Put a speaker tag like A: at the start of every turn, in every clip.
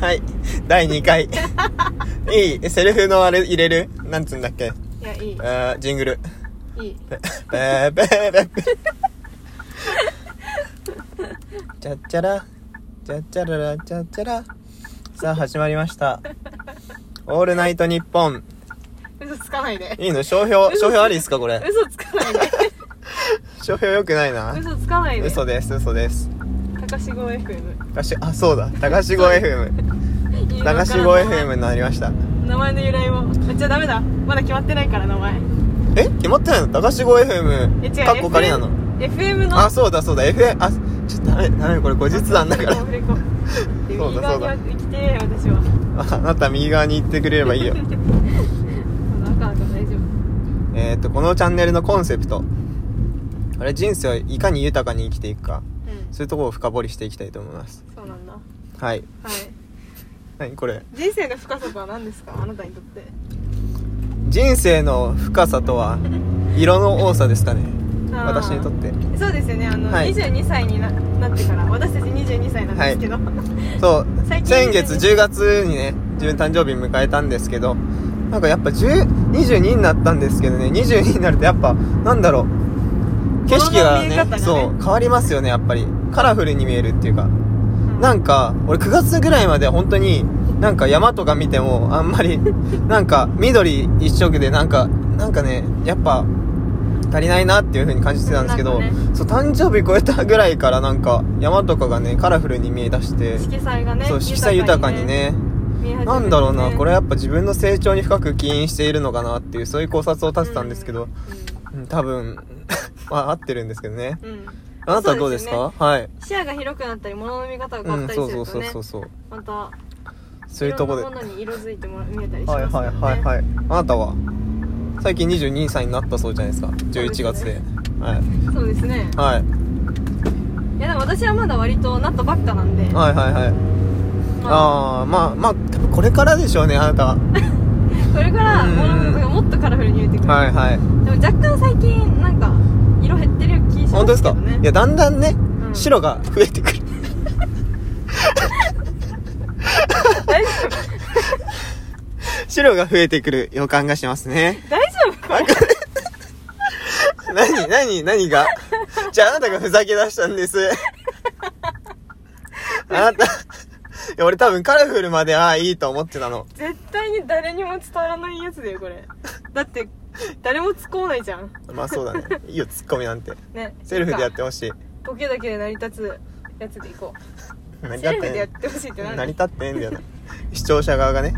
A: はい。第2回。 いいセルフのあれ入れるなんつうんだっけ
B: いやいい
A: あージングル。
B: いい
A: ペペペペペペ。チャッチャラ、チャッチャララ、チャッチャラ。さあ、始まりました。オールナイトニッポン。
B: 嘘つかないで
A: いいの商標、商標ありですかこれ。
B: 嘘つかないで
A: 商標良くないな。
B: 嘘つかないで
A: 嘘です、嘘です。
B: 高志号 FM
A: 高し、あ、そうだ。高志号 FM。高志号 FM になりました。
B: 名前の由来もあじゃあダメだまだ決まってないから名前
A: え決まってないの高志号
B: え違
A: FM
B: う
A: かっこ仮なの
B: FM の
A: あそうだそうだ FM あちょっとダメダメこれ後日談だから
B: フレコフレ
A: そ
B: コ
A: う
B: 右
A: だそうだ
B: 側に来て私は
A: ああなた右側に行ってくれればい いよ
B: なかなか大丈夫
A: えっとこのチャンネルのコンセプトあれ人生をいかに豊かに生きていくか
B: うん
A: そういうところを深掘りしていきたいと思います
B: そうなんだは
A: はい
B: い
A: 何これ
B: 人生の深さとは何ですかあなたにとって
A: 人生の深さとは色の多さですかね私にとって
B: てそうですよねあの、
A: はい
B: 22歳にななってから私たち22歳なんですけど、
A: そう
B: 最近
A: 先月10月にね自分誕生日迎えたんですけどなんかやっぱ10 22になったんですけどね22になるとやっぱなんだろう景色がね
B: 物の見え方がね
A: そう変わりますよねやっぱりカラフルに見えるっていうか
B: うん
A: なんか俺9月ぐらいまで本当になんか山とか見てもあんま りなんか緑一色でなんかなんかねやっぱ足りないなっていう風に感じてたんですけど、
B: なんかね
A: そう誕生日超えたぐらいからなんか山とかがねカラフルに見えだして
B: 色彩がね
A: そう色彩豊かにね
B: 見え始めてね
A: なんだろうなこれはやっぱ自分の成長に深く起因しているのかなっていうそういう考察を立てたんですけど、うん多分 まあ合ってるんですけどね
B: うん、うん
A: あなたはどうです
B: そ
A: かはい
B: 視野が広くなったり物の見方が
A: う
B: 変わっ
A: ん
B: た
A: そ
B: り
A: う
B: す
A: そ
B: る
A: う
B: と
A: そうそ
B: ね
A: うそう
B: また
A: そういうとこで
B: ろ
A: は
B: ん
A: い
B: なものに色づいても見えたりし
A: はい
B: ますか
A: は
B: ら、ね、
A: いはいいあなたは最近22歳になったそうじゃないですか11月で
B: そ
A: はい
B: そうですね
A: はい
B: いやでも私はまだ割となったばっかなんで、
A: はいはいはい
B: まあ、
A: ああまあまあ多分これからでしょうねあなたは
B: これから
A: うん
B: 物の見方がもっとカラフルに見えてくる、
A: はいはい
B: でも若干最近なんか色減ってる気しま
A: 本当です
B: すけ
A: か、
B: どね
A: いやだんだんね、
B: ん
A: 白が増えてくる
B: 大丈夫
A: 白が増えてくる予感がしますね
B: 大丈夫
A: なんかね 何何何がじゃああなたがふざけ出したん ですあなたいや俺多分カラフルまでああいいと思ってたの
B: 絶対に誰にも伝わらないやつだよこれだって誰も突っ込まないじゃん
A: まあそうだねいいよツッコミなんて
B: ね
A: セルフでやってほしい
B: ボケだけで成り立つやつでいこ う
A: 成り
B: セ
A: 立っ
B: ルフで
A: て
B: やっ
A: ね
B: てほしいって
A: 成
B: な
A: り
B: る
A: 立ってねえんだよな視聴者側がね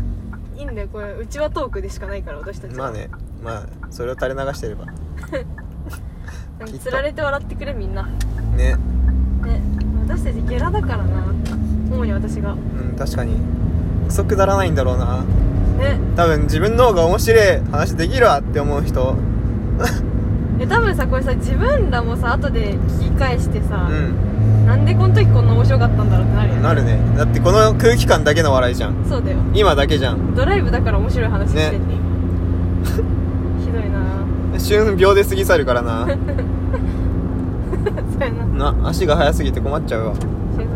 B: いいんだよこれうちはトークでしかないから私たちは
A: まあねまあそれを垂れ流してれば
B: なん
A: き
B: か
A: っと
B: つられて笑ってくれみんなね
A: ね
B: 私たちゲラだからな主に私が
A: うん確かにクソくだらないんだろうな
B: ね
A: 多分自分の方が面白い話できるわって思う人
B: え多分さこれさ自分らもさ後で聞き返して
A: う
B: さ、
A: ん
B: なんでこの時こんな面白かったんだろうってなるよね
A: なるねだってこの空気感だけの笑いじゃん
B: そうだよ
A: 今だけじゃん
B: ドライブだから面白い話してんね今 ひどいな
A: 瞬秒で過ぎ去るからな
B: そうやな
A: な足が速すぎて困っちゃうわ
B: 俊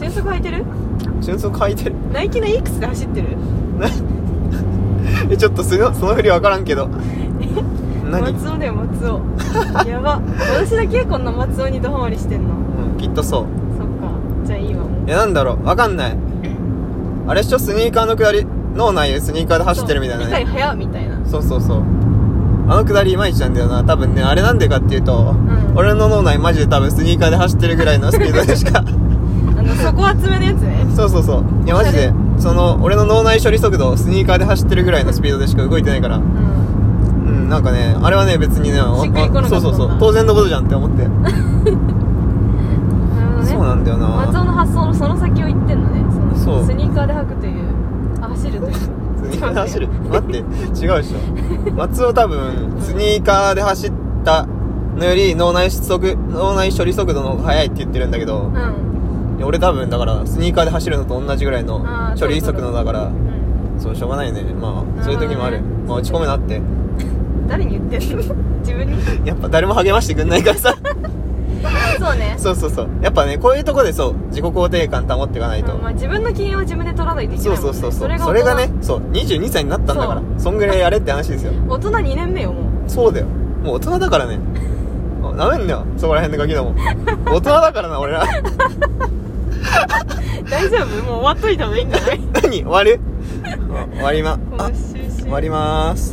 B: 足俊足履いてる
A: 瞬足履いてる
B: ナイキの X で走ってる
A: えちょっとそのその振り分からんけ ど何、
B: 松尾だよ松 尾やば私だけこんな松尾にドハマりしてんの
A: うん、きっとそう
B: そっかじゃあいいわもう
A: いやなんだろうわかんないあれっしょスニーカーの下り脳内でスニーカーで走ってるみたいな
B: そう理
A: ね
B: 解早っみたいな
A: そうそうそうあの下りいまいちなんだよな多分ねあれなんでかっていうと、
B: ん
A: 俺の脳内マジで多分スニーカーで走ってるぐらいのスピードでし か
B: あのそこ厚めのや つね
A: そうそうそういやマジでその俺の脳内処理速度スニーカーで走ってるぐらいのスピードでしか動いてないから
B: うん
A: うんなんかねあれはね別にねあ
B: しっくりこなかったんだ
A: あそうそうそう当然のことじゃんって思って
B: なるほどね
A: そうなんだよ
B: 松尾
A: な
B: の発想のその先を行ってんのねの
A: そう
B: スニーカーで履くというあ走 るという
A: スニーカーで走る待って違うでしょ松尾多分スニーカーで走ったのより脳内速脳内処理速度の方が速いって言ってるんだけど
B: う、ん
A: いや俺多分だからスニーカーで走るのと同じぐらいの
B: あー
A: 処理速度だから
B: うん
A: そうしょうがないねまあ
B: な
A: そうい
B: る
A: う
B: ほどね
A: 時もあるまあ落ち込むなって
B: 誰に言ってんの 自分に
A: やっぱ誰も励ましてくんないからさ
B: そうね
A: そうそうそうやっぱねこういうとこでそう自己肯定感保っていかないと、
B: まあ、自分の機嫌は自分で取らないといけ
A: そ
B: な
A: う
B: いもん、
A: そうそ
B: ね、
A: うそうそ
B: れ
A: れが
B: が
A: ねそう22歳になったんだからそんぐらいやれって話ですよ
B: 大人大人2年目よも
A: そうだよもう大人だからねあなめんなよそこら辺のガキども大人だからな俺ら
B: う大丈夫もう終わっといた方がいいんじゃない
A: 何終わるあ終わりま
B: こ
A: あ
B: の収集
A: 終わりまーす